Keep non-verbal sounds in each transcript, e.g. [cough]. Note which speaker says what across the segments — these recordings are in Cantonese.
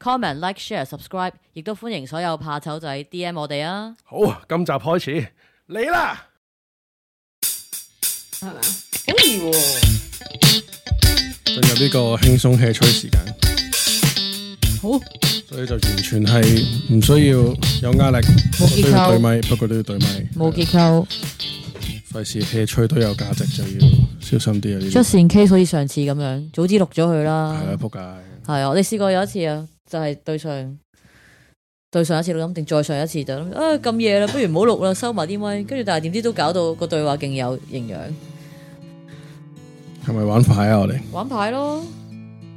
Speaker 1: comment like share subscribe，亦都歡迎所有怕醜仔 DM 我哋啊！
Speaker 2: 好，今集開始嚟啦！
Speaker 3: 係咪
Speaker 2: 哎進入呢個輕鬆氣吹時間，
Speaker 1: 好，
Speaker 2: 所以就完全係唔需要有壓力。
Speaker 1: 結構
Speaker 2: 都要對咪，不過都要對咪。
Speaker 1: 構
Speaker 2: 費事氣吹都有價值，就要小心啲啊！呢啲
Speaker 1: ，just in case 好似上次咁樣，早知錄咗佢啦。
Speaker 2: 係啊，仆街！
Speaker 1: 係啊，我哋試過有一次啊，就係、對上對上一次錄音，定再上一次就諗啊咁夜啦，不如唔好錄啦，收埋啲咪。跟住但係點知都搞到個對話勁有營養，
Speaker 2: 係咪玩牌啊？我哋
Speaker 1: 玩牌咯，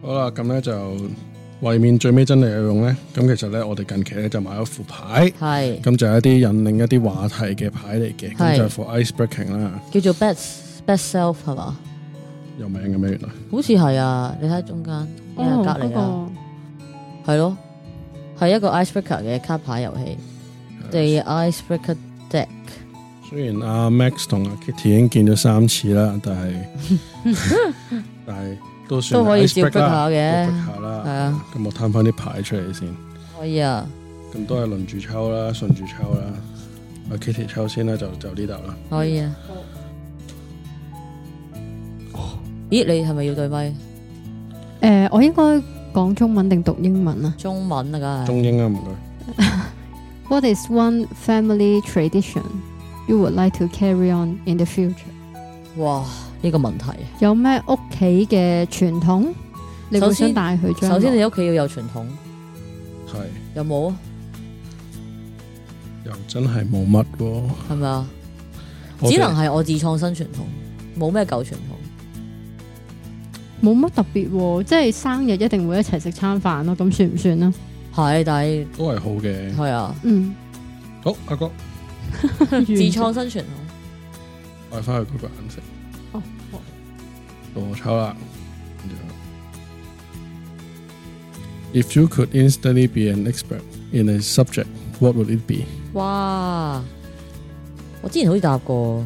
Speaker 2: 好啦，啊咁咧就為免最尾真係有用咧，咁其實咧我哋近期咧就買咗副牌。
Speaker 1: 係
Speaker 2: 咁就係一啲引領一啲話題嘅牌嚟嘅，咁
Speaker 1: 係
Speaker 2: 就係 for ice breaking 啦，
Speaker 1: 叫做 best best self 係嘛？
Speaker 2: 有名嘅咩原來？
Speaker 1: 好似係啊，你睇下中間，你睇
Speaker 3: 哦，
Speaker 1: 下隔
Speaker 3: 嗰
Speaker 1: 離啊，係咯，係一個 icebreaker 嘅卡牌遊戲，The Icebreaker Deck。
Speaker 2: 雖然阿 Max 同阿 Kitty 已經見咗三次啦，但係
Speaker 1: [laughs]
Speaker 2: 但係都算
Speaker 1: 都可以照
Speaker 2: break 啦
Speaker 1: break 下嘅
Speaker 2: 都 break 下啦。
Speaker 1: 係啊，
Speaker 2: 咁我攤翻啲牌出嚟先，
Speaker 1: 可以啊，
Speaker 2: 咁都係輪住抽啦，順住抽啦。阿 Kitty 抽先啦，就就呢度啦。
Speaker 1: 可以啊。咦，你係咪要對咪？
Speaker 3: 誒，我應該講中文定讀英文啊
Speaker 1: 中文啊，梗係。
Speaker 2: 中英啊，唔該。
Speaker 3: ？What is one family tradition you would like to carry on in the future？
Speaker 1: 哇，呢個問題。啊
Speaker 3: 有咩屋企嘅傳統？你會
Speaker 1: 首先
Speaker 3: 想帶佢將來？
Speaker 1: 首先你屋企要有傳統，
Speaker 2: 係
Speaker 1: 有冇啊？
Speaker 2: 又真係冇乜喎，
Speaker 1: 係咪啊？
Speaker 2: 我
Speaker 1: 只能
Speaker 2: 哋
Speaker 1: 係我自創新傳統，冇咩舊傳統。
Speaker 3: 冇乜特別喎，即係生日一定會一齊食餐飯咯，咁算唔算啊？
Speaker 1: 係，但係
Speaker 2: 都係好嘅。
Speaker 1: 係啊，
Speaker 3: 嗯，
Speaker 2: 好，阿哥，
Speaker 1: [laughs] 自
Speaker 3: 自
Speaker 1: 創新傳統。
Speaker 2: 我哋翻去嗰個顏色。
Speaker 3: 哦好
Speaker 2: 到我抽啦。If you could instantly be an expert in a subject, what would it be？
Speaker 1: 哇！我之前好似答過，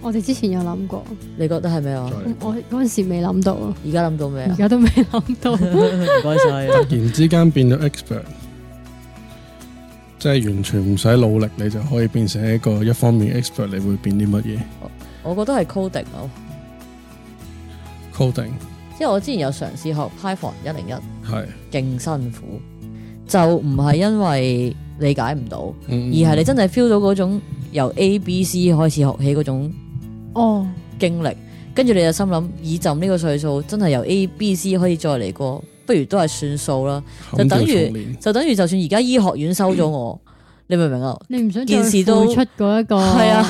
Speaker 3: 我哋之前有諗過，
Speaker 1: 你覺得係咩啊
Speaker 2: 再？嚟
Speaker 3: 我嗰陣時未諗到，啊，
Speaker 1: 而家諗到咩 [laughs]
Speaker 3: 而
Speaker 1: 啊？
Speaker 3: 家都未諗到。
Speaker 1: [laughs] 唔該晒。
Speaker 2: 突然之間變咗 expert，即係完全唔使努力，你就可以變成一個一方面嘅 expert。你會變啲乜嘢
Speaker 1: 我覺得係 coding 啊，
Speaker 2: ？coding
Speaker 1: 即係我之前有嘗試學 Python 一零一，
Speaker 2: 係，
Speaker 1: 勁辛苦，就唔係因為理解唔到，
Speaker 2: 嗯
Speaker 1: 而係你真係 feel 到嗰種由 A、B、C 開始學起嗰種
Speaker 3: 哦，
Speaker 1: 經歷，跟住你就心諗，以朕呢個歲數，真係由 A、B、C 可以再嚟過，不如都係算數啦。
Speaker 2: 砍掉
Speaker 1: 就等於
Speaker 2: 重練
Speaker 1: 就等於就算而家醫學院收咗我，
Speaker 2: 嗯
Speaker 1: 你明唔明啊？
Speaker 3: 你唔想
Speaker 1: 件
Speaker 3: 再
Speaker 1: 事
Speaker 3: 付
Speaker 1: 都
Speaker 3: 出嗰一
Speaker 2: 哦
Speaker 3: 個
Speaker 1: [laughs] 係啊，，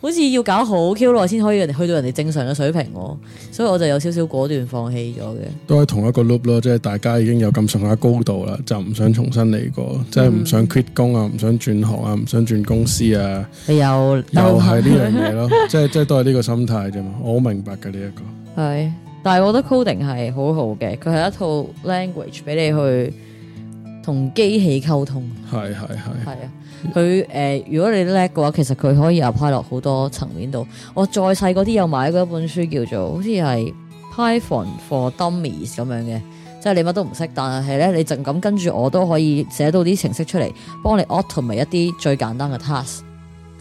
Speaker 1: 好似要搞好 Q 耐先可以人哋去到人哋正常嘅水平喎，所以我就有少少果斷放棄咗嘅。
Speaker 2: 都係同一個 loop 咯，即係大家已經有咁上下高度啦，就唔想重新嚟
Speaker 1: 嗯
Speaker 2: 過，即係唔想 quit 工啊，唔想轉行啊，唔想轉公司啊。
Speaker 1: 你 [laughs] 又
Speaker 2: 又係呢樣嘢咯，即係即係都係呢個心態啫嘛。我好明白嘅呢一個，
Speaker 1: 係，但係我覺得 coding 係好好嘅，佢係一套 language 俾你去同機器溝通。
Speaker 2: 係係係，
Speaker 1: 係啊，佢誒、呃如果你叻嘅話，其實佢可以 apply 落好多層面度。我再細嗰啲有買過一本書叫做好似係 Python for Dummies 咁樣嘅，即係你乜都唔識，但係咧你就咁跟住我都可以寫到啲程式出嚟，幫你 automate 一啲最簡單嘅 task。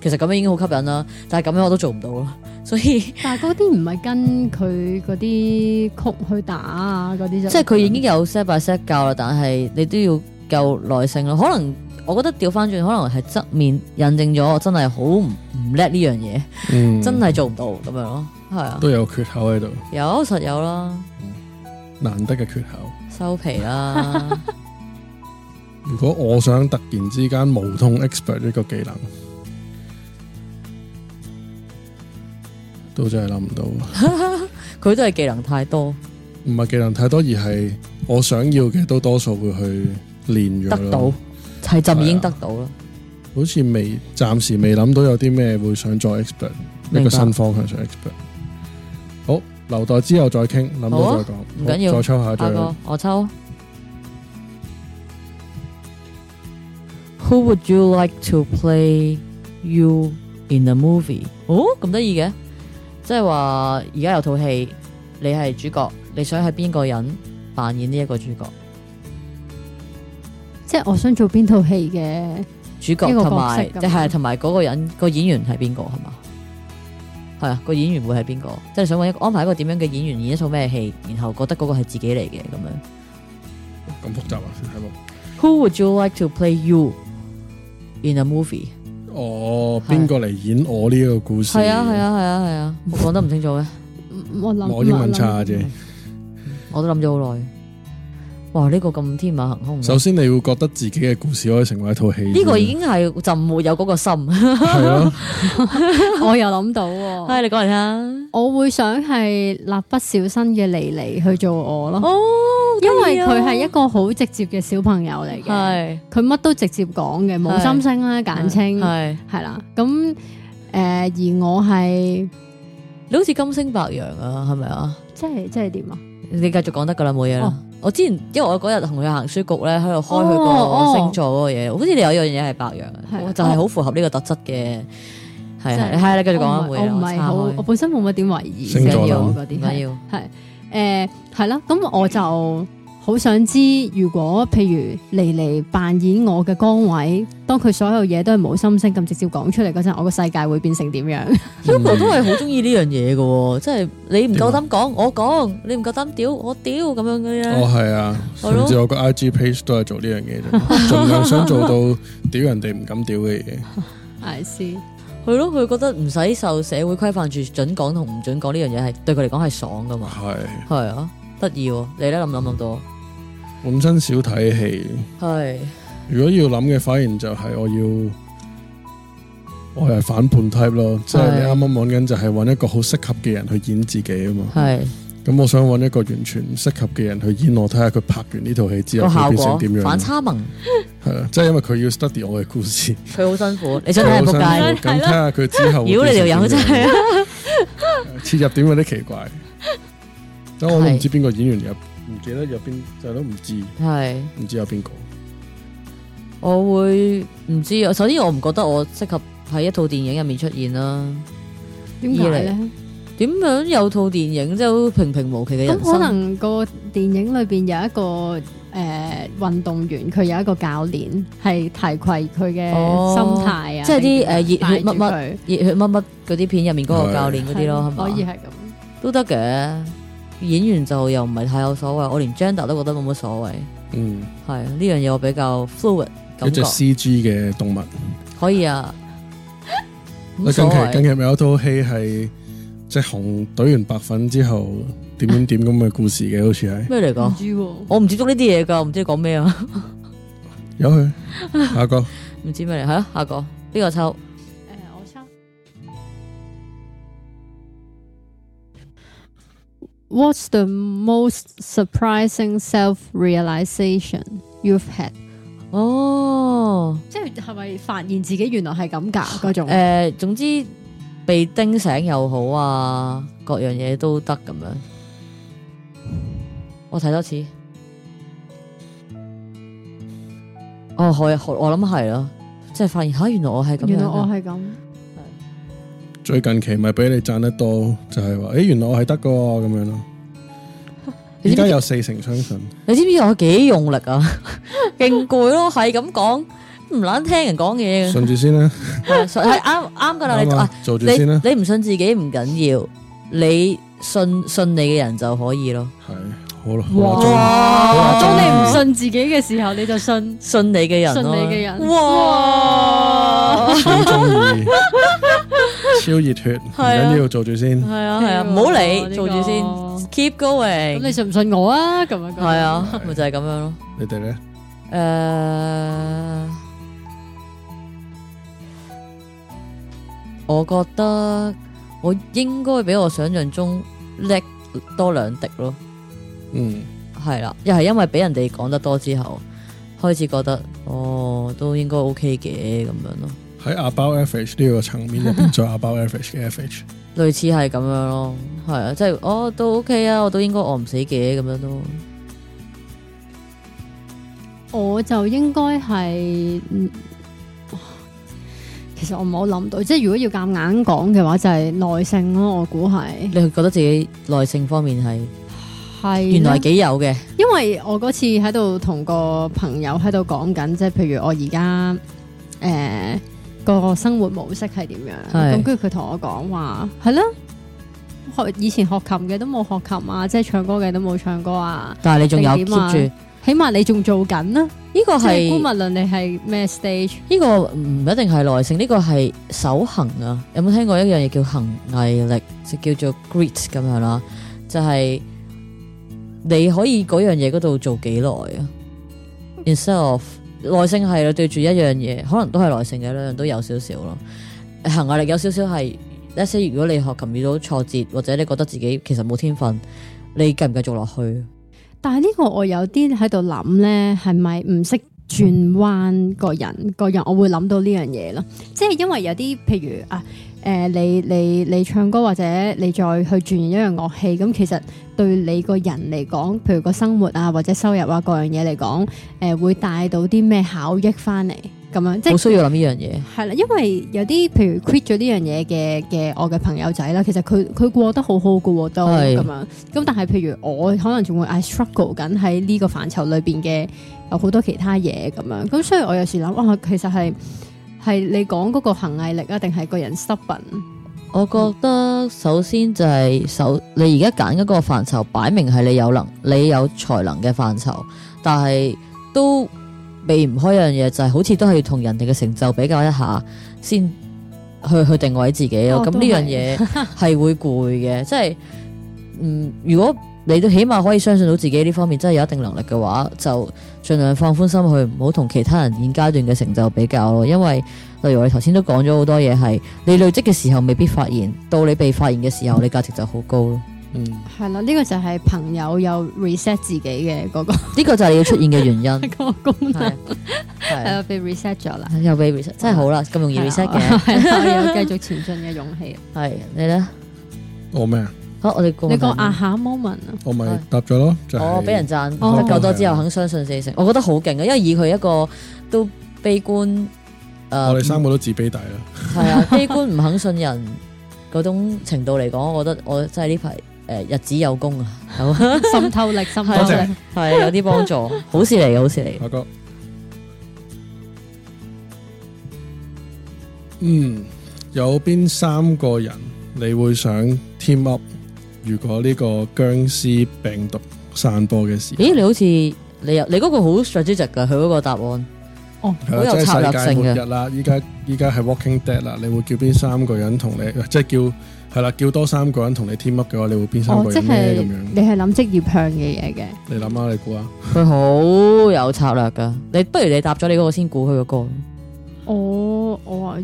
Speaker 1: 其實咁樣已經好吸引啦，但係咁樣我都做唔到咯，所以。
Speaker 3: 但係嗰啲唔係跟佢嗰啲曲去打啊，嗰啲就
Speaker 1: 即係佢已經有 set by set 教啦，但係你都要夠耐性咯。可能我覺得調翻轉，可能係側面印證咗我真係好唔唔叻呢樣嘢，
Speaker 2: 嗯，
Speaker 1: 真係做唔到咁樣咯。係啊，
Speaker 2: 都有缺口喺度，
Speaker 1: 有實有啦，
Speaker 2: 難得嘅缺口。
Speaker 1: 收皮啦， [laughs]
Speaker 2: 如果我想突然之間無痛 expert 呢個技能，都真係諗唔到，唔
Speaker 1: 佢都係技能太多，
Speaker 2: 係技能太多，而係我想要嘅都多數會去練咗
Speaker 1: 得到
Speaker 2: 咯。
Speaker 1: 係朕已經得到啦。
Speaker 2: 好似未暫時未諗到有啲咩會想再 expert 一
Speaker 1: 明
Speaker 2: 個
Speaker 1: 白
Speaker 2: 新方向想 expert。好，留待之後再傾，諗
Speaker 1: 好
Speaker 2: 到
Speaker 1: 啊
Speaker 2: 再講。
Speaker 1: 唔緊要
Speaker 2: 好再抽下
Speaker 1: 下
Speaker 2: 再。
Speaker 1: 個我抽啊。Who would you like to play you in a movie？哦，咁得意嘅，即係話而家有套戲，你係主角，你想係邊個人扮演呢一個主角？
Speaker 3: 即係我想做邊套戲嘅，
Speaker 1: 主角
Speaker 3: 呢個角色
Speaker 1: 同埋
Speaker 3: 咁
Speaker 1: 即係同埋嗰個人個演員係邊個係嘛？係啊，個演員會係邊個？即係想揾一個安排一個點樣嘅演員演一套咩戲，然後覺得嗰個係自己嚟嘅咁樣。
Speaker 2: 咁複雜啊，題目。
Speaker 1: Who would you like to play you in a movie？
Speaker 2: 哦，邊個嚟演我呢個故事？
Speaker 1: 係啊係啊係啊係啊，我講得唔清楚嘅，
Speaker 3: 嗯我諗
Speaker 2: 我英文差啫。
Speaker 1: 我都諗咗好耐。哇！呢、個咁天馬行空嘅，
Speaker 2: 首先你會覺得自己嘅故事可以成為一套戲。
Speaker 1: 呢個已經係就沒有嗰個心。
Speaker 2: 係啊
Speaker 1: [laughs]
Speaker 2: 咯，
Speaker 3: [laughs] 我又諗到喎，
Speaker 1: 係你講嚟聽。
Speaker 3: 我會想係蠟筆小新嘅妮妮去做我咯，
Speaker 1: 哦，
Speaker 3: 因為佢係一個好直接嘅小朋友嚟嘅，
Speaker 1: 係
Speaker 3: 佢乜都直接講嘅，冇
Speaker 1: 係
Speaker 3: 心聲啦，簡稱
Speaker 1: 係，
Speaker 3: 係啦。咁诶，而我係
Speaker 1: 你好似金星白羊啊，係咪啊？
Speaker 3: 即係即係點啊？
Speaker 1: 你繼續講得㗎啦，冇嘢啦
Speaker 3: 哦。
Speaker 1: 我之前因為我嗰日同佢行書局咧，喺度開佢
Speaker 3: 哦
Speaker 1: 個
Speaker 3: 哦
Speaker 1: 星座嗰個嘢，好似你有樣嘢係白羊嘅，
Speaker 3: 係
Speaker 1: 我就係好符合呢個特質嘅。係啊係係，你繼續講啦，
Speaker 3: 我
Speaker 1: 冇
Speaker 3: 唔
Speaker 1: 嘢
Speaker 3: 係
Speaker 1: 啦。
Speaker 3: 我唔係好，我
Speaker 1: 唔
Speaker 3: 本身冇乜點懷疑
Speaker 2: 星座
Speaker 1: 緊要，
Speaker 2: 佬
Speaker 1: 唔
Speaker 3: 嗰啲
Speaker 1: 緊要。
Speaker 3: 係誒係啦，咁我就好想知，如果譬如妮妮扮演我嘅崗位，當佢所有嘢都係冇心聲咁直接講出嚟嗰陣，我個世界會變成
Speaker 1: [laughs]
Speaker 3: 點樣？
Speaker 2: 嗯
Speaker 1: Hugo 都係好中意呢樣嘢嘅喎，即係你唔
Speaker 2: 啊
Speaker 1: 夠膽講，我講；你唔夠膽屌，我屌咁樣嗰啲
Speaker 2: 哦
Speaker 1: 咧。
Speaker 2: 係啊，
Speaker 1: 係咯
Speaker 2: 甚至我個 I G page 都係做呢樣嘢啫，
Speaker 1: [laughs]
Speaker 2: 盡量想做到屌人哋唔敢屌嘅嘢。
Speaker 3: I see，
Speaker 1: 係咯，佢覺得唔使受社會規範住準講同唔準講呢樣嘢係對佢嚟講係爽噶嘛。
Speaker 2: 係
Speaker 1: 係啊，得意喎！你咧諗唔諗諗到？
Speaker 2: 本身少睇戲，
Speaker 1: 係
Speaker 2: 如果要諗嘅反而就係我要。我係反叛 type 咯，即係你
Speaker 1: 係
Speaker 2: 啱啱揾緊就係揾一個好適合嘅人去演自己啊嘛。
Speaker 1: 係
Speaker 2: 咁我想揾一個完全唔適合嘅人去演我，睇下佢拍完呢套戲之後
Speaker 1: 個效
Speaker 2: 佢變成
Speaker 1: 果
Speaker 2: 點
Speaker 1: 反
Speaker 2: 樣。
Speaker 1: 差萌。
Speaker 2: 係啦，即係因為佢要 study 我嘅故事，
Speaker 1: 佢好辛苦，你想睇
Speaker 2: 佢
Speaker 1: 人
Speaker 2: 好
Speaker 1: 仆
Speaker 2: 辛
Speaker 1: 街？
Speaker 2: 苦。咁睇下佢之後會
Speaker 1: 妖你條友
Speaker 2: 變成
Speaker 1: 真
Speaker 2: 點樣
Speaker 1: 係，
Speaker 2: [laughs] 切入點有啲奇怪。咁我都唔知邊個演員入，唔記得入邊就係都唔知，
Speaker 1: 係
Speaker 2: 唔知有邊個。
Speaker 1: 我會唔知啊。首先我唔覺得我適合喺一套電影入面出現啦。
Speaker 3: 點解咧？
Speaker 1: 點樣有套電影即係好平平無奇嘅
Speaker 3: 咁
Speaker 1: 人生？
Speaker 3: 可能個電影裏邊有一個誒運動員，佢有一個教練係提攜佢嘅
Speaker 1: 哦
Speaker 3: 心態啊，
Speaker 1: 即係啲誒熱
Speaker 3: 定
Speaker 1: 血乜
Speaker 3: 點
Speaker 1: 乜
Speaker 3: 帶
Speaker 1: 熱
Speaker 3: 住佢
Speaker 1: 血乜乜嗰啲片入面嗰個教練嗰啲咯，係
Speaker 3: 可以
Speaker 1: 嘛？
Speaker 3: 係咁，
Speaker 1: 都得嘅。演員就又唔係太有所謂，我連 gender 都覺得冇乜所謂。
Speaker 2: 嗯，
Speaker 1: 係呢樣嘢我比較 fluid
Speaker 2: 一
Speaker 1: 感覺
Speaker 2: 隻 C G 嘅動物。
Speaker 1: 可以啊。
Speaker 2: 近
Speaker 1: 冇所
Speaker 2: 期近
Speaker 1: 謂
Speaker 2: 期咪有一套戲係隻熊懟完白粉之後點點點咁嘅故事嘅，好似係
Speaker 1: 咩嚟
Speaker 3: 唔
Speaker 1: 㗎？
Speaker 3: 知喎。
Speaker 1: 我唔接觸呢啲嘢㗎，我唔知你講咩啊。
Speaker 2: 有
Speaker 1: [laughs]
Speaker 2: 佢下個。
Speaker 1: 唔知咩嚟，係啊，下個邊個抽？
Speaker 3: 誒，我抽。What's the most surprising self-realization you've had？
Speaker 1: 哦，
Speaker 3: 即係係咪發現自己原來
Speaker 1: [laughs]
Speaker 3: 係咁㗎嗰
Speaker 1: 誒、
Speaker 3: 種？
Speaker 1: 總之被叮醒又好啊，各樣嘢都得咁樣。我睇多次。哦，可以，可我諗係咯，即係發現吓、原來我係咁
Speaker 3: 原
Speaker 1: 樣
Speaker 3: 來我
Speaker 1: 㗎。
Speaker 3: 係咁，
Speaker 2: 最近期咪俾你賺得多，就係話，誒原來我係得個咁樣咯。
Speaker 1: 你
Speaker 2: 依
Speaker 1: 知唔
Speaker 2: 家
Speaker 1: 知
Speaker 2: 有四成相信，
Speaker 1: 你知唔知我幾用力啊？ [laughs] 勁攰咯，係咁講，唔撚聽人講嘢嘅，
Speaker 2: 信住先啦，
Speaker 1: 係係啱啱㗎啊啦，你
Speaker 2: 啱
Speaker 1: 啊
Speaker 2: 啊，做住
Speaker 1: 你
Speaker 2: 先啦，
Speaker 1: 你唔信自己唔緊要，你信信你嘅人就可以咯。
Speaker 2: 係好啦，好啦，
Speaker 1: 哇
Speaker 3: 當你唔信自己嘅時候，你就信
Speaker 1: 信你嘅人
Speaker 3: 信
Speaker 1: 咯，
Speaker 3: 你嘅人。
Speaker 1: 哇，
Speaker 2: 中超中意，超熱
Speaker 1: [laughs]
Speaker 2: 血，唔
Speaker 1: 係啊
Speaker 2: 緊要，做住先，
Speaker 1: 係啊係啊，唔好理，做住先，keep
Speaker 3: 咁你
Speaker 1: going，
Speaker 3: 信唔信我啊？咁樣講
Speaker 1: 係，啊，咪就係咁樣咯。
Speaker 2: 你哋咧，
Speaker 1: 诶，我覺得我應該比我想象中叻多兩滴咯。
Speaker 2: 嗯，
Speaker 1: 係啦，又係因為俾人哋講得多之後，開始覺得哦都應該 OK 嘅咁樣咯，
Speaker 2: 喺 above average 呢個層面入
Speaker 1: [laughs]
Speaker 2: 邊，再 above average 嘅 average。
Speaker 1: 類似係咁樣咯，係啊，即係哦都 OK 啊，我都應該餓唔死嘅咁樣咯，
Speaker 3: 我就應該係，嗯其實我冇諗到，即係如果要夾硬講嘅話，就係耐性咯。我估係
Speaker 1: 你係覺得自己耐性方面係
Speaker 3: 係
Speaker 1: 原來
Speaker 3: 啦
Speaker 1: 幾有嘅，
Speaker 3: 因為我嗰次喺度同個朋友喺度講緊，即係譬如我而家誒個生活模式係點樣，
Speaker 1: 係
Speaker 3: 咁跟住佢同我講話係啦，學以前學琴嘅都冇學琴啊，即係唱歌嘅都冇唱歌啊，
Speaker 1: 但係你仲有
Speaker 3: 定點啊
Speaker 1: keep 住
Speaker 3: 起碼你仲做緊啦，
Speaker 1: 呢個
Speaker 3: 即係姑勿
Speaker 1: 係
Speaker 3: 論你係咩 stage，
Speaker 1: 呢個唔一定係耐性，呢個係手行啊！有冇聽過一樣嘢叫行毅力，就叫做 grit 咁樣啦，就係你可以嗰樣嘢嗰度做幾耐啊？Instead of 耐性係你對住一樣嘢，可能都係耐性嘅，兩樣都有少少咯。行毅力有少少係，let's say 如果你學琴遇到挫折，或者你覺得自己其實冇天分，你繼唔繼續落去？
Speaker 3: 但係呢個我有啲喺度諗咧，係咪唔識轉彎個人個人？我會諗到呢樣嘢咯，即係因為有啲譬如啊，誒、你你你唱歌或者你再去轉一樣樂器，咁其實對你個人嚟講，譬如個生活啊或者收入啊各樣嘢嚟講，誒、會帶到啲咩效益翻嚟咁樣？即
Speaker 1: 好
Speaker 3: 係
Speaker 1: 需要諗呢樣嘢。
Speaker 3: 係啦，因為有啲譬如 quit 咗呢樣嘢嘅嘅我嘅朋友仔啦，其實佢佢過得好好嘅喎，都
Speaker 1: 係
Speaker 3: 咁樣。咁但係譬如我可能仲會 I struggle 緊喺呢個範疇裏邊嘅有好多其他嘢咁樣。咁所以我有時諗，哇、其實係係你講嗰個行毅力啊，定係個人 stubborn？
Speaker 1: 我覺得首先就係首你而家揀嗰個範疇，擺明係你有能、你有才能嘅範疇，但係都避唔開一樣嘢，就係、好似都係要同人哋嘅成就比較一下，先去去定位自己咯。
Speaker 3: 哦
Speaker 1: 咁
Speaker 3: 都
Speaker 1: 呢、
Speaker 3: 係
Speaker 1: 樣嘢係會攰嘅，即係嗯，如果你都起碼可以相信到自己呢方面真係有一定能力嘅話，就盡量放寬心去，唔好同其他人現階段嘅成就比較咯。因為例如我哋頭先都講咗好多嘢係。你累積嘅時候未必發現，到你被發現嘅時候，你價值就好高咯。
Speaker 2: 嗯，
Speaker 3: 係啦，呢、個就係朋友有 reset 自己嘅
Speaker 1: [laughs]
Speaker 3: 嗰、個
Speaker 1: 呢個就係你要出現嘅原
Speaker 3: [laughs]
Speaker 1: 因。
Speaker 3: 嗰個功能
Speaker 1: 係，
Speaker 3: 係
Speaker 1: 係
Speaker 3: 啊被 reset 咗啦。
Speaker 1: 又被 reset，真係好啦，咁容易 reset
Speaker 3: [laughs]
Speaker 1: 嘅。
Speaker 3: 係啊啦，我有繼續前進嘅勇氣。
Speaker 1: 係你咧，
Speaker 2: 我咩啊？
Speaker 1: [laughs] 好，我哋過
Speaker 3: 你個
Speaker 1: 問
Speaker 3: 啊下 moment 啊，
Speaker 2: 我咪
Speaker 1: 係
Speaker 2: 答咗咯，就係
Speaker 1: 我俾人讚
Speaker 3: 哦
Speaker 1: 得夠多之後，肯相信四成，我覺得好勁嘅，啊因為以佢一個都悲觀，
Speaker 2: 我哋
Speaker 1: 誒，
Speaker 2: 三個都自卑大啦。
Speaker 1: 係啊， [laughs] 悲觀唔肯信人嗰種程度嚟講，我覺得我真係呢排誒日子有功啊，好
Speaker 3: 滲透力，滲
Speaker 1: 多
Speaker 3: 透力
Speaker 2: 謝。
Speaker 1: 係有啲幫助，
Speaker 3: [laughs]
Speaker 1: 好事嚟嘅，好事嚟嘅。
Speaker 2: 阿哥，嗯，有邊三個人你會想 team up？如果呢個僵屍病毒散播嘅時候，
Speaker 1: 咦，你好似你有你嗰個好 strategic 噶，佢嗰個答案。
Speaker 2: 係
Speaker 1: 好有
Speaker 2: 啦，即
Speaker 1: 策略
Speaker 2: 係世界
Speaker 1: 性
Speaker 2: 末
Speaker 1: 嘅
Speaker 2: 日啦！依家依家係 Walking Dead 啦，你會叫邊三個人同你？即係叫係啦，叫多三個人同你 team up 嘅話，你會邊三
Speaker 3: 哦
Speaker 2: 個，
Speaker 3: 即
Speaker 2: 人
Speaker 3: 係
Speaker 2: 咧？咁
Speaker 3: 你
Speaker 2: 樣
Speaker 3: 係諗職業向嘅嘢嘅，
Speaker 2: 你諗下，你估下，
Speaker 1: 佢好有策略噶，你不如你答咗你嗰個先估佢嗰個。
Speaker 3: 我我話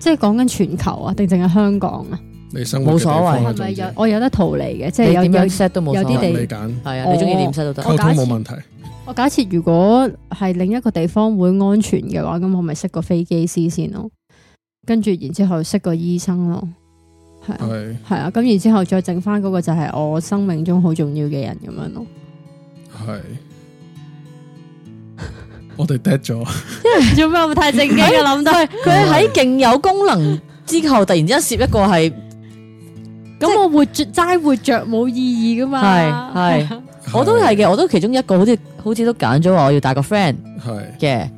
Speaker 3: 即係講緊全球啊，定淨係香港啊？
Speaker 2: 你生活嘅
Speaker 1: 冇所謂
Speaker 2: 地方
Speaker 3: 係咪有我有得逃離嘅？即係
Speaker 1: 你
Speaker 3: 有
Speaker 1: 點
Speaker 3: 有
Speaker 1: 樣 set 都冇所
Speaker 3: 有啲
Speaker 2: 任
Speaker 3: 地哦
Speaker 1: 謂，
Speaker 2: 你揀
Speaker 1: 係啊，你中意點 set 都得。
Speaker 3: 我
Speaker 2: 溝通
Speaker 3: 假設
Speaker 2: 冇問題。
Speaker 1: 啊
Speaker 3: 我假設如果係另一個地方會安全嘅話，咁我咪識個飛機師先咯，跟住然之後識個醫生咯，係
Speaker 1: 哦
Speaker 3: 啊
Speaker 2: 係
Speaker 3: 係啊，咁然之後再剩翻嗰個就係我生命中好重要嘅人咁樣咯。
Speaker 2: 係，我哋 dead 咗。
Speaker 3: [laughs] 做咩我太正 [laughs] 經嘅諗到？
Speaker 1: 佢喺勁有功能之後，突然之間攝一個係，
Speaker 3: 咁我活着齋活着冇意義噶嘛？
Speaker 1: 係係 [laughs] 我都係嘅，我都其中一個好似好似都揀咗話我要帶個 friend
Speaker 2: 係
Speaker 1: 嘅，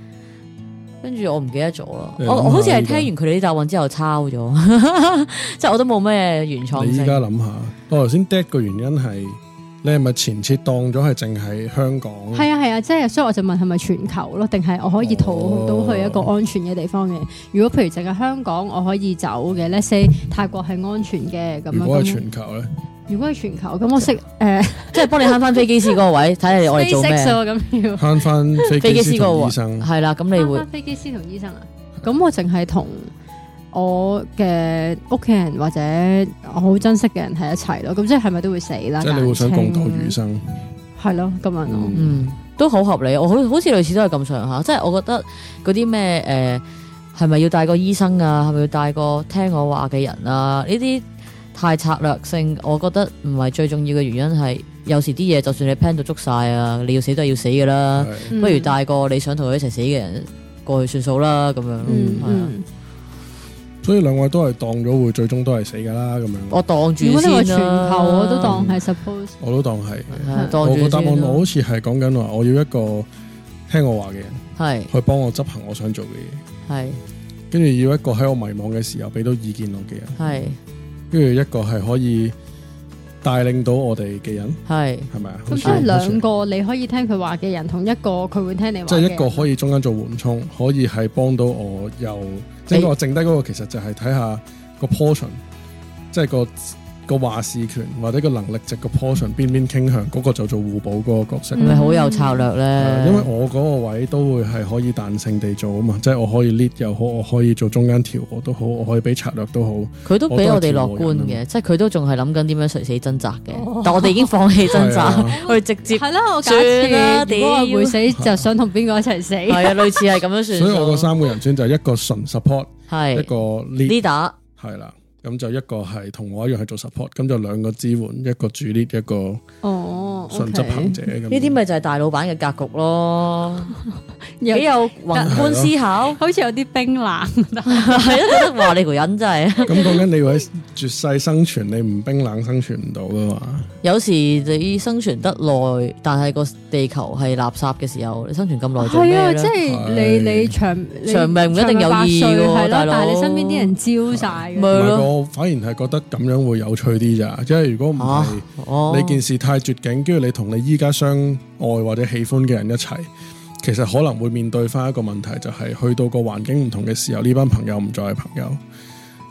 Speaker 1: 跟住我唔記得咗啦。
Speaker 2: 你諗
Speaker 1: 我我好似
Speaker 2: 下
Speaker 1: 係
Speaker 2: 呢個
Speaker 1: 聽完佢哋啲答案之後抄咗， [laughs] 即係我都冇咩原創
Speaker 2: 你依
Speaker 1: 性。
Speaker 2: 家諗下，我頭先 dead 個原因係你係咪前設當咗係淨係香港？
Speaker 1: 嗯
Speaker 3: 係啊係啊，即係所以我就問係咪全球咯，定係我可以逃到去一個安全嘅地方嘅？如果譬如淨係香港，我可以走嘅，let's say 泰國係安全嘅咁
Speaker 1: 啊
Speaker 3: 樣。
Speaker 2: 如果係
Speaker 3: 咁
Speaker 2: 全球咧，
Speaker 3: 如果係全球，咁
Speaker 1: [laughs]
Speaker 3: 我識誒
Speaker 1: 即係幫你慳翻飛機師嗰個位，睇下我哋做
Speaker 3: SpaceX 啊
Speaker 1: 咩。啊
Speaker 3: 喎咁要。
Speaker 2: 慳
Speaker 1: [laughs]
Speaker 2: 翻飛
Speaker 1: 飛機
Speaker 2: 機師
Speaker 1: 師個
Speaker 2: 同
Speaker 1: 位
Speaker 2: 醫生，
Speaker 1: 係啦，咁你
Speaker 3: 翻
Speaker 1: 會
Speaker 3: 翻飛機師同醫生啊？咁我淨係同我嘅屋企人或者我好珍惜嘅人喺一齊咯。咁即係咪都會死啦？
Speaker 2: 即係你會想
Speaker 3: 簡
Speaker 2: 共
Speaker 3: 稱
Speaker 2: 度餘生。
Speaker 3: 係咯，咁樣咯。
Speaker 2: 嗯
Speaker 1: 嗯都好合理。我好好似類似都係咁上下，即係我覺得嗰啲咩誒係咪要帶個醫生啊，係咪要帶個聽我話嘅人啊？呢啲太策略性，我覺得唔係最重要嘅原因係，有時啲嘢就算你 plan 到捉晒啊，你要死都係要死噶啦，
Speaker 2: 係
Speaker 3: 嗯
Speaker 1: 不如帶個你想同佢一齊死嘅人過去算數啦，咁樣
Speaker 3: 嗯
Speaker 1: 係啊。
Speaker 3: 嗯，
Speaker 2: 所以兩位都係當咗會最終都係死㗎啦，咁樣。
Speaker 1: 我當住
Speaker 3: 如果
Speaker 1: 先
Speaker 3: 你話
Speaker 1: 啦
Speaker 3: 全球我都當係 suppose
Speaker 2: 我都當係。
Speaker 1: 係啊當
Speaker 2: 我
Speaker 1: 住
Speaker 2: 個答
Speaker 1: 先
Speaker 2: 案我
Speaker 1: 啦
Speaker 2: 好似係講緊話，我要一個聽我話嘅人
Speaker 1: 係
Speaker 2: 去幫我執行我想做嘅嘢，
Speaker 1: 係
Speaker 2: 跟住要一個喺我迷茫嘅時候俾到意見我嘅人，
Speaker 1: 係
Speaker 2: 跟住一個係可以帶領到我哋嘅人，
Speaker 1: 係
Speaker 2: 係咪啊？
Speaker 3: 咁即
Speaker 2: 好
Speaker 3: 係
Speaker 2: 似
Speaker 3: 兩個你可以聽佢話嘅人，同一個佢會聽你話
Speaker 2: 即
Speaker 3: 嘅
Speaker 2: 係
Speaker 3: 人。
Speaker 2: 一個可以中間做緩衝，可以係幫到我又，即係我剩低嗰個其實就係睇下個 portion，即係個個話事權或者個能力值個 portion 邊邊傾向，嗰、個就做互補嗰個角色。
Speaker 1: 係咪好有策略
Speaker 2: 係啊
Speaker 1: 咧？
Speaker 2: 因為我嗰個位都會係可以彈性地做啊嘛，即係我可以 lead 又好，我可以做中間調我都好，我可以俾策略都好。
Speaker 1: 佢都比我哋樂觀嘅，即係佢都仲係諗緊點樣垂死掙扎嘅，但我哋已經放棄掙
Speaker 2: 係
Speaker 1: 扎，
Speaker 2: 啊，
Speaker 1: 去直接
Speaker 3: 係啦，我假
Speaker 1: 算啦
Speaker 3: 設
Speaker 1: 屌
Speaker 3: 如果我會死，就想同邊個一齊死。
Speaker 1: 係啊，類似係咁樣算數。
Speaker 2: 所以我個三個人選就係一個純 support，一
Speaker 1: 係
Speaker 2: 個 lead，
Speaker 1: leader
Speaker 2: 係啦，咁就一個係同我一樣去做 support，咁就兩個支援，一個主 lead，一個 [laughs]
Speaker 3: 哦，
Speaker 2: 純執行者咁樣。
Speaker 1: 呢啲咪就係大老闆嘅格局咯，幾
Speaker 3: 有
Speaker 1: 有宏觀思考。
Speaker 3: 好似有啲冰冷，
Speaker 1: 係啊，覺得話你個人真係，
Speaker 2: 咁講緊你要喺絕世生存，你唔冰冷生存唔到噶嘛？
Speaker 1: 有時你生存得耐，但係個地球係垃圾嘅時候，你生存咁耐做
Speaker 3: 係
Speaker 1: 咩
Speaker 3: 啊，
Speaker 1: 咧
Speaker 3: 即？係你你長你
Speaker 1: 長命唔一定有意義喎
Speaker 3: 長命百歲係
Speaker 1: 大
Speaker 3: 啦，
Speaker 1: 佬
Speaker 3: 但係你身邊啲人招晒
Speaker 1: 咪
Speaker 2: 唔
Speaker 3: 嘅，
Speaker 1: 係
Speaker 2: 係
Speaker 1: 咯
Speaker 2: 我反而係覺得咁樣會有趣啲咋，即係如果唔係
Speaker 1: 啊哦，
Speaker 2: 你件事太絕境，跟住你同你依家相愛或者喜歡嘅人一齊，其實可能會面對翻一個問題，就係、去到個環境唔同嘅時候，呢班朋友唔再係朋友。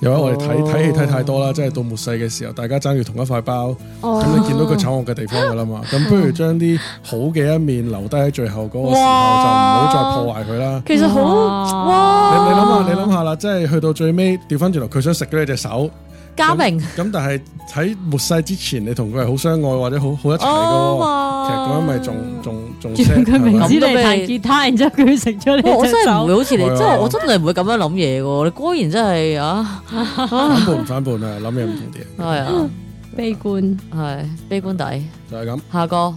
Speaker 2: 有我哋睇
Speaker 1: 哦
Speaker 2: 睇戲睇太多啦，即係到末世嘅時候，大家爭住同一塊包，
Speaker 1: 哦
Speaker 2: 咁你見到佢醜惡嘅地方噶啦
Speaker 1: [laughs]
Speaker 2: 嘛，咁不如將啲好嘅一面留低喺最後嗰個時候，就唔
Speaker 1: 哇
Speaker 2: 好再破壞佢啦。
Speaker 1: 其實好啊
Speaker 3: 哇
Speaker 2: 你你
Speaker 1: 哇，
Speaker 2: 諗下，你諗下啦，即係去到最尾調翻轉頭，佢想食咗你隻手，
Speaker 1: 嘉明
Speaker 2: 咁但係喺末世之前，你同佢係好相愛或者好好一齊
Speaker 1: 哦
Speaker 2: 嘅喎。
Speaker 1: 哇，
Speaker 2: 其實咁樣咪仲仲仲
Speaker 3: 仲
Speaker 2: sad，
Speaker 3: 佢明
Speaker 2: 係
Speaker 3: 知
Speaker 2: 咪
Speaker 3: 你彈吉他，然之後佢食咗你
Speaker 1: 哇我
Speaker 3: 隻
Speaker 1: 真係唔
Speaker 3: 手
Speaker 1: 會，好似你，
Speaker 2: 係啊
Speaker 1: 真係我真係唔會咁樣諗嘢嘅喎。你果然真係啊，
Speaker 2: 反叛反叛啊，諗嘢唔同啲，
Speaker 1: 係啊，
Speaker 3: 嗯悲觀。
Speaker 1: 係悲觀底。
Speaker 2: 就係咁。
Speaker 1: 下個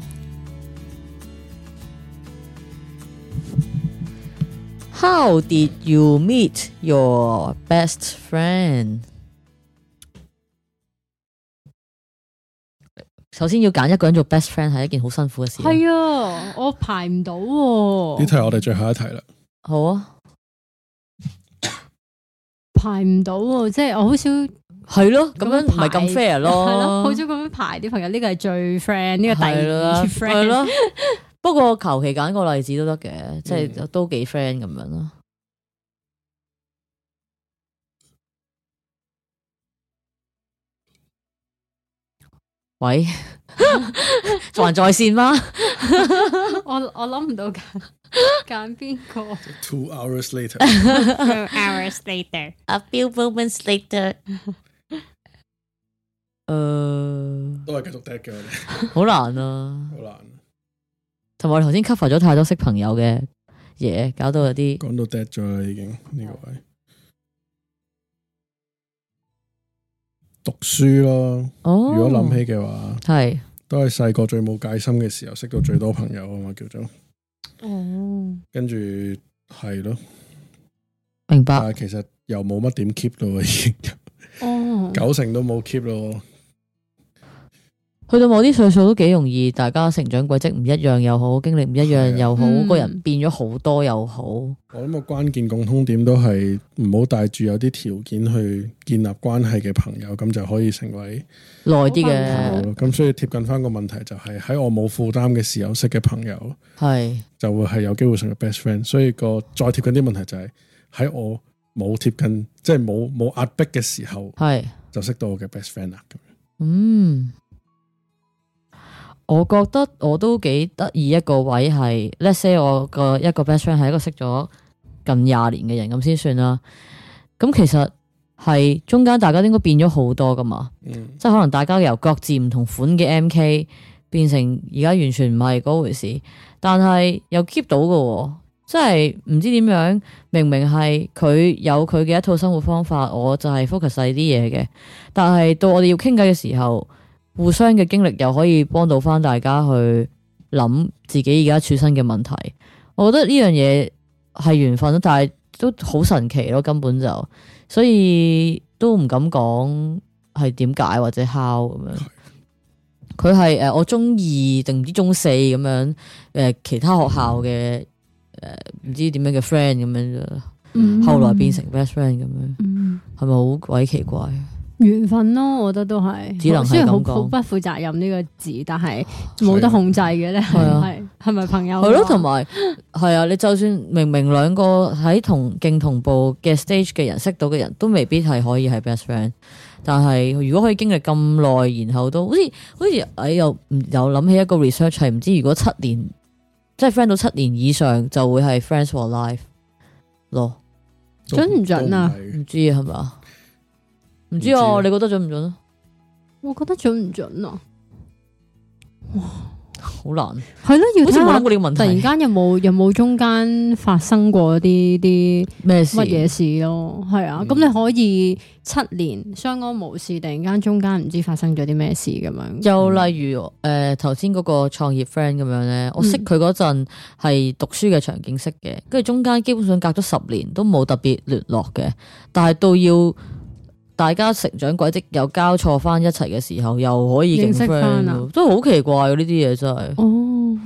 Speaker 1: ，How did you meet your best friend？首先要揀一個人做 best friend 係一件好辛苦嘅事。
Speaker 3: 係啊，我排唔到
Speaker 2: 呢
Speaker 3: 喎，
Speaker 2: 題我哋最後一題啦，
Speaker 1: 好啊，
Speaker 3: 排唔到喎，即係我好少。
Speaker 1: 係咯，咁樣
Speaker 3: 咁
Speaker 1: 唔係咁 fair 咯，
Speaker 3: 係咯，好少咁樣排啲朋友，呢個係最 friend，呢個第
Speaker 1: 係啦 [laughs]
Speaker 3: 二
Speaker 1: 係
Speaker 3: friend，
Speaker 1: 咯。不過求其揀個例子都得嘅，即係都幾 friend 咁樣咯。 [laughs] 喂，仲人在線嗎？
Speaker 3: [laughs] 我我諗唔到揀 [laughs] 揀邊個。
Speaker 2: Two hours later，
Speaker 3: hours later，
Speaker 1: A few moments later，誒，
Speaker 2: 都係繼續 dead 嘅，我哋
Speaker 1: 好難啊！
Speaker 2: 好難
Speaker 1: 同埋我頭先 cover 咗太多識朋友嘅嘢，搞到有啲
Speaker 2: 講到 dead 咗啦，已經呢個位。讀書咯，
Speaker 1: 哦。
Speaker 2: 如果諗起嘅話，
Speaker 1: 係
Speaker 2: 都係細個最冇戒心嘅時候，識到最多朋友啊嘛，叫做
Speaker 3: 哦，
Speaker 2: 跟住係咯，
Speaker 1: 明
Speaker 2: 但
Speaker 1: 白，
Speaker 2: 係其實又冇乜點 keep 咯，已經
Speaker 3: 哦，
Speaker 2: 九成都冇 keep 咯。
Speaker 1: 去到某啲歲數都幾容易，大家成長軌跡唔一樣又好，經歷唔一樣又好，
Speaker 3: 嗯
Speaker 1: 個人變咗好多又好，
Speaker 2: 我諗個關鍵共通點都係唔好帶住有啲條件去建立關係嘅朋友，咁就可以成為
Speaker 1: 耐啲
Speaker 2: 朋友
Speaker 1: 嘅
Speaker 2: 咯。咁所以貼近翻個問題就係喺我冇負擔嘅時候識嘅朋友，
Speaker 1: 係
Speaker 2: 就會係有機會成為 best friend。所以個再貼近啲問題就係喺我冇貼近，即係冇冇壓迫嘅時候，
Speaker 1: 係，
Speaker 2: 就識到我嘅 best friend 啦。咁樣
Speaker 1: 嗯，我覺得我都幾得意一個位係，let's say 我個一個 best friend 係一個識咗近廿年嘅人咁先算啦。咁其實係中間大家都應該變咗好多噶嘛。
Speaker 2: 嗯，
Speaker 1: 即係可能大家由各自唔同款嘅 MK 變成而家完全唔係嗰回事，但係又 keep 到嘅喎，即係唔知點樣，明明係佢有佢嘅一套生活方法，我就係 focus 晒啲嘢嘅，但係到我哋要傾偈嘅時候，互相嘅經歷又可以幫到翻大家去諗自己而家處身嘅問題，我覺得呢樣嘢係緣分咯，但係都好神奇咯，根本就所以都唔敢講係點解或者 how 咁樣。佢係誒我中二定唔知中四咁樣誒、呃其他學校嘅誒唔知點樣嘅 friend 咁樣啫，
Speaker 3: 嗯
Speaker 1: 後來變成 best friend 咁樣，
Speaker 3: 嗯
Speaker 1: 係咪好鬼奇怪？
Speaker 3: 緣分咯，我覺得都係。
Speaker 1: 只能係
Speaker 3: 雖然好
Speaker 1: 咁講哦
Speaker 3: 好不負責任呢個字，但係冇得控制嘅咧，
Speaker 1: 係啊
Speaker 3: 係係咪朋友？
Speaker 1: 係咯，同埋係啊！你就算明明兩個喺同勁同步嘅 stage 嘅人識到嘅人都未必係可以係 best friend，但係如果可以經歷咁耐，然後都好似好似哎又唔又諗起一個 research 係唔知如果七年即係 friend 到七年以上就會係 friends for life 咯，
Speaker 2: 都
Speaker 3: 準唔準啊
Speaker 2: 都唔係
Speaker 1: 唔知係嘛？嗯唔知
Speaker 2: 唔
Speaker 1: 啊，
Speaker 2: 知
Speaker 1: 你覺得準唔準啊？
Speaker 3: 我覺得準唔準啊？
Speaker 1: 好難，好
Speaker 3: 係咯，要睇
Speaker 1: 似冇
Speaker 3: 下
Speaker 1: 諗過呢個問
Speaker 3: 突然
Speaker 1: 題。
Speaker 3: 間有冇有冇中間發生過啲啲
Speaker 1: 咩事？
Speaker 3: 乜嘢事咯？係啊，咁
Speaker 2: 嗯
Speaker 3: 你可以七年相安無事，突然間中間唔知發生咗啲咩事咁樣。
Speaker 1: 又例如誒頭先嗰個創業 friend 咁樣咧，我
Speaker 3: 嗯
Speaker 1: 識佢嗰陣係讀書嘅場景識嘅，跟住中間基本上隔咗十年都冇特別聯絡嘅，但係到要大家成長軌跡又交錯翻一齊嘅時候，又可以勁
Speaker 3: 認識返
Speaker 1: friend
Speaker 3: 啊
Speaker 1: 喎真係好奇怪喎！呢啲嘢真係
Speaker 3: 哦，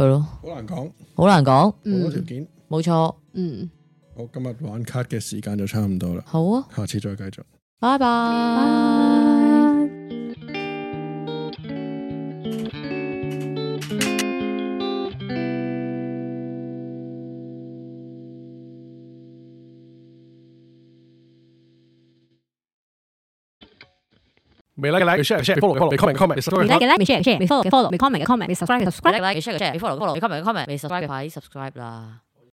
Speaker 1: 係咯，
Speaker 2: 好難講，
Speaker 1: 好難講，
Speaker 2: 冇咗條
Speaker 3: 嗯
Speaker 2: 件。
Speaker 1: 冇錯，
Speaker 3: 嗯，
Speaker 2: 好，今日玩卡嘅時間就差唔多啦，
Speaker 1: 好啊，
Speaker 2: 下次再繼續。
Speaker 1: 拜拜。
Speaker 3: 拜。
Speaker 4: 未 like 嘅 like，share 嘅 share，follow 嘅 follow，comment comment，你 subscribe 嘅
Speaker 5: like 嘅 like，未 share 嘅 share，未 follow 嘅 follow，未 comment 嘅 comment，未 subscribe 嘅 subscribe。
Speaker 1: like share 嘅 share，follow follow，你 comment comment，你 subscribe 嘅快啲 subscribe 啦。